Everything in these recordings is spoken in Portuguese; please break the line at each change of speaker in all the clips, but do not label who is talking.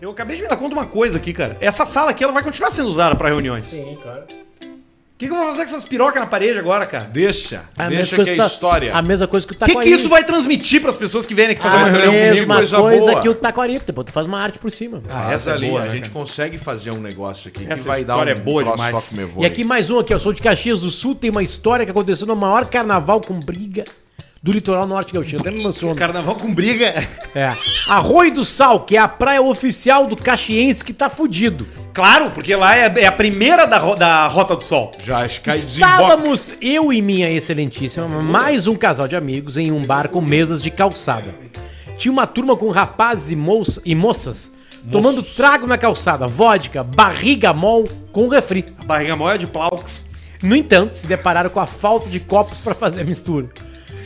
Eu acabei de me dar conta de uma coisa aqui, cara. Essa sala aqui ela vai continuar sendo usada para reuniões.
Sim, claro.
O que, que eu vou fazer com essas pirocas na parede agora, cara?
Deixa.
Ah,
A
deixa
mesma
que
coisa
é
tá-
história.
A Ah, é mesma coisa que o
O que, que
taquari.
isso vai transmitir para as pessoas que vierem aqui fazer
a
uma reunião
mesma
comigo?
mesma
coisa
coisa,
boa.
que o taquarito. Depois tu faz uma arte por cima.
Ah,
essa
essa é
ali,
boa,
a
né,
gente
cara?
consegue fazer um negócio aqui
Essa
que vai dar um
história é boa
troço
demais.
toque me voe.
E aqui mais um aqui, ó. Sou de Caxias do Sul, tem uma história que aconteceu no maior carnaval com briga do litoral norte gaúcho. Até me lançou nome.
Carnaval com briga.
É. Arroio do Sal, que é a praia oficial do caxiense que tá fudido.
Claro, porque lá é, é a primeira da, ro- da Rota do Sol.
Já cai desemboca.
Estávamos, eu e minha excelentíssima, mais um casal de amigos em um bar com mesas de calçada. Tinha uma turma com rapazes e, moça, e moças tomando trago na calçada, vodka, barriga mol com refri.
A barriga maior é de Plaux.
No entanto, se depararam com a falta de copos para fazer a mistura.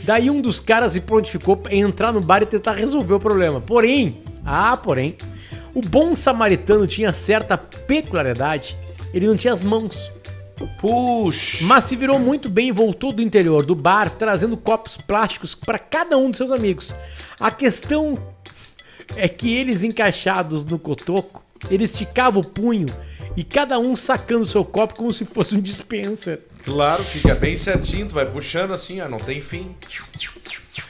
Daí um dos caras se prontificou em entrar no bar e tentar resolver o problema. Porém, ah, porém, o bom samaritano tinha certa peculiaridade. Ele não tinha as mãos.
Puxa.
Mas se virou muito bem e voltou do interior do bar trazendo copos plásticos para cada um de seus amigos. A questão é que eles encaixados no cotoco, ele esticava o punho e cada um sacando seu copo como se fosse um dispenser.
Claro, fica bem certinho, tu vai puxando assim, ó, não tem fim.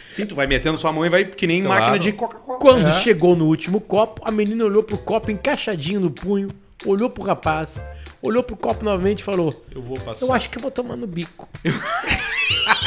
Sim, tu vai metendo sua mão e vai que nem
Claro.
máquina de Coca-Cola.
Quando chegou no último copo, a menina olhou pro copo encaixadinho no punho, olhou pro rapaz, olhou pro copo novamente e falou:
Eu vou passar.
Eu acho que eu vou tomar no bico.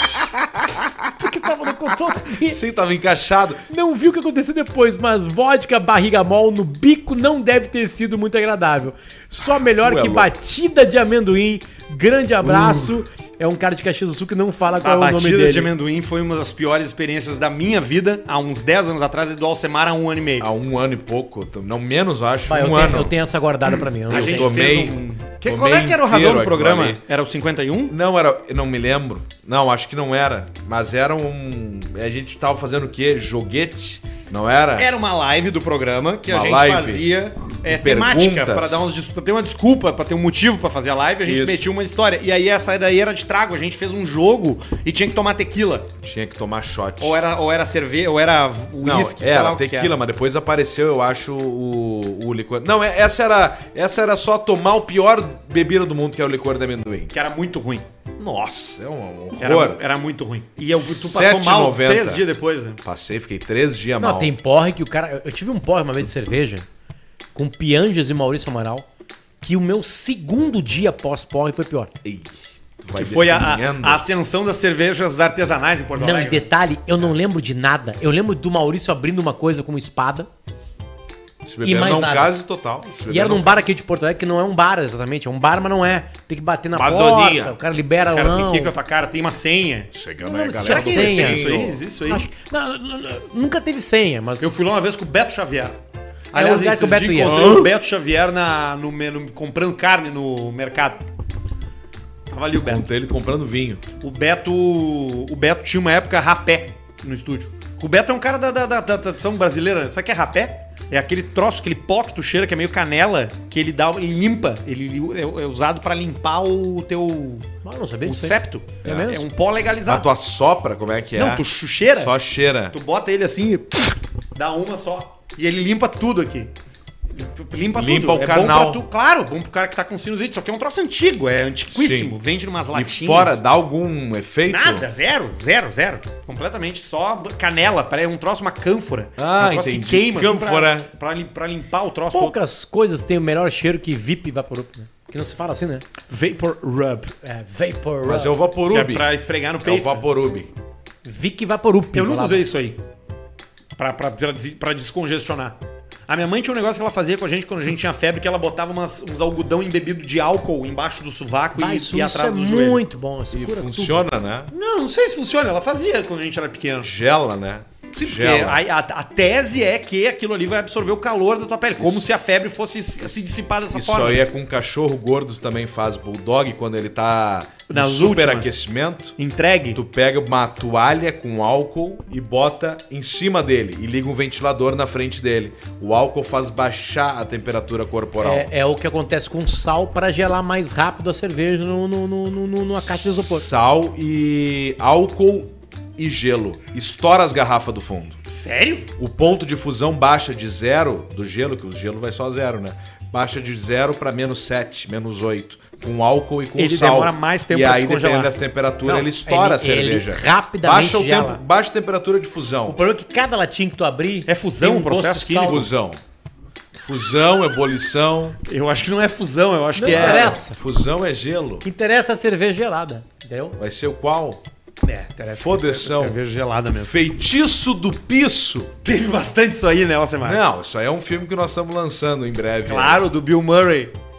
Porque tava no cotoco dele.
Sim, tava encaixado.
Não vi o que aconteceu depois, mas vodka barriga mol no bico não deve ter sido muito agradável. Só melhor
Tu é
que
louco.
batida de amendoim. Grande abraço. É um cara de Caxias do Sul que não fala
Uh. A
qual é o nome
batida
dele.
de amendoim foi uma das piores experiências da minha vida há uns 10 anos atrás e do Alcemar há um ano e meio.
Há um ano e pouco, t- não menos, eu acho,
Vai, eu,
um
tenho,
ano.
eu tenho essa guardada pra mim. eu não
é A
Eu
tenho.
gente
tomei-
fez um... Que,
tomei
qual é que era o razão
inteiro
do programa?
aquilo ali.
Era o 51?
Não era, eu não me lembro. Não, acho que não era. Mas era um. A gente tava fazendo o quê? Joguete? Não era?
Era uma live do programa que a
Uma
gente
live.
fazia é,
Perguntas.
temática para dar uns, dis- pra ter uma desculpa, para ter um motivo para fazer a live, a gente
Isso.
metia uma história. E aí essa daí era de trago, a gente fez um jogo e tinha que tomar tequila.
Tinha que tomar shot.
um- Ou era, ou era cerveja, ou era
Não,
uísque,
era
o que
tequila, mas depois apareceu, eu acho, o, o licor. Não, é- essa era, essa era só tomar o pior bebida do mundo, que é o licor de amendoim.
Que era muito ruim.
Nossa, é um horror.
Era, era muito ruim. E eu, tu passou mal
7,90.
três dias depois, né?
Passei, fiquei três dias
Não,
mal.
tem porre que o cara. Eu tive um porre uma vez de cerveja com Pianjas e Maurício Amaral. Que o meu segundo dia pós-porre foi pior.
Ei, tu vai
Que foi a, a-
definhando.
a ascensão das cervejas artesanais em Porto
Não, e
Alegre.
detalhe, eu não lembro de nada. Eu lembro do Maurício abrindo uma coisa com uma espada.
Se beber
mais
não
nada.
um case total. Se beber
E era
não
num bar aqui de Porto Alegre, que não é um bar exatamente, é um bar, mas não é. Tem que bater na
Badonia.
porta, o cara libera
Cara,
ou
tem
não.
que ir com a tua cara, tem uma senha.
Chegando
Não
aí,
lembro se
galera.
tinha senha.
boletim.
Isso aí, isso aí.
Acho- não, não, não, nunca teve senha, mas
Eu fui lá uma vez com o Beto Xavier. Aliás,
lugar
esses
que É o Beto
dias
ia.
encontrei o Beto Xavier na, no, me- no- comprando carne no mercado. Tava ali o Beto. Tá.
Contei ele comprando vinho.
O Beto, o Beto tinha uma época rapé no estúdio. O Beto é um cara da, da, da- da tradição brasileira. Sabe o que é rapé? É aquele troço, aquele pó que tu cheira, que é meio canela, que ele dá, ele limpa. Ele é, é usado pra limpar o teu.
Ah, não sabia
O
disso aí.
septo.
É mesmo?
um pó
A
legalizado.
tua sopra, como é que é?
Não, tu chu- cheira.
Só cheira.
Tu bota ele assim e dá uma só. E ele limpa tudo aqui. Limpa,
Limpa
tudo.
o
é bom pra
carnal.
tu, claro, bom pro cara que tá com sinusite. Só que é um troço antigo, é antiquíssimo. Vende numas
E
latinhas.
fora, dá algum efeito?
Nada, zero, zero, zero. Completamente só b- canela, para um troço, uma cânfora.
Ah,
um troço
entendi.
que queima,
Cânfora.
Assim, pra, pra lim- pra limpar o troço todo.
Poucas coisas têm o melhor cheiro que VIP Vaporup, né? Que não se fala assim, né?
Vapor Rub.
É, Vapor
Mas é o Vaporub.
Que é pra esfregar no
É o
peito.
Vaporub.
Vic Vaporup.
Eu nunca
falava.
usei isso aí. Pra, pra, pra, des- pra descongestionar. A minha mãe tinha um negócio que ela fazia com a gente quando a gente tinha febre, que ela botava umas- uns algodão embebido de álcool embaixo do sovaco
Ah,
e,
isso,
e
isso
atrás
é
do joelho.
muito bom. Isso
E
cura
funciona, né?
Não, não sei se funciona. Ela fazia quando a gente era pequeno.
Gela, né?
Sim, porque
Gela.
a, a- a tese é que aquilo ali vai absorver o calor da tua pele, como se a febre fosse se se dissipar dessa
Isso
forma.
aí é com cachorro gordo também faz bulldog quando ele tá no
Nas
superaquecimento.
Entregue.
Tu pega uma toalha com álcool e bota em cima dele e liga um ventilador na frente dele. O álcool faz baixar a temperatura corporal.
É, é o que acontece com sal para gelar mais rápido a cerveja no, no, no, no, no- numa caixa de isopor.
Sal e álcool e gelo. Estoura as garrafas do fundo.
Sério?
O ponto de fusão baixa de zero do gelo, que o gelo vai só a zero, né? Baixa de zero para menos 7, menos 8, com álcool e com
Ele
sal.
demora mais tempo
E
pra
aí,
descongelar.
dependendo das temperaturas,
Não,
ele estoura
ele-
a cerveja.
ele rapidamente
baixa o
gela.
tempo, baixa a temperatura de
O
fusão.
problema é que cada latinha que tu abrir.
É fusão
tem um
o processo
gosto de sal.
químico?
Fusão. Fusão, ebulição.
Eu acho que não é fusão, eu acho
Não
que é.
interessa.
Fusão é gelo.
O que interessa é a cerveja gelada. Entendeu?
Vai ser o qual?
É, interessa.
Fodeção.
Cerveja gelada mesmo.
Feitiço do Piso.
Teve bastante isso aí, né, Alcemar?
Não, isso aí é um filme que nós estamos lançando em breve.
Claro, do Bill Murray.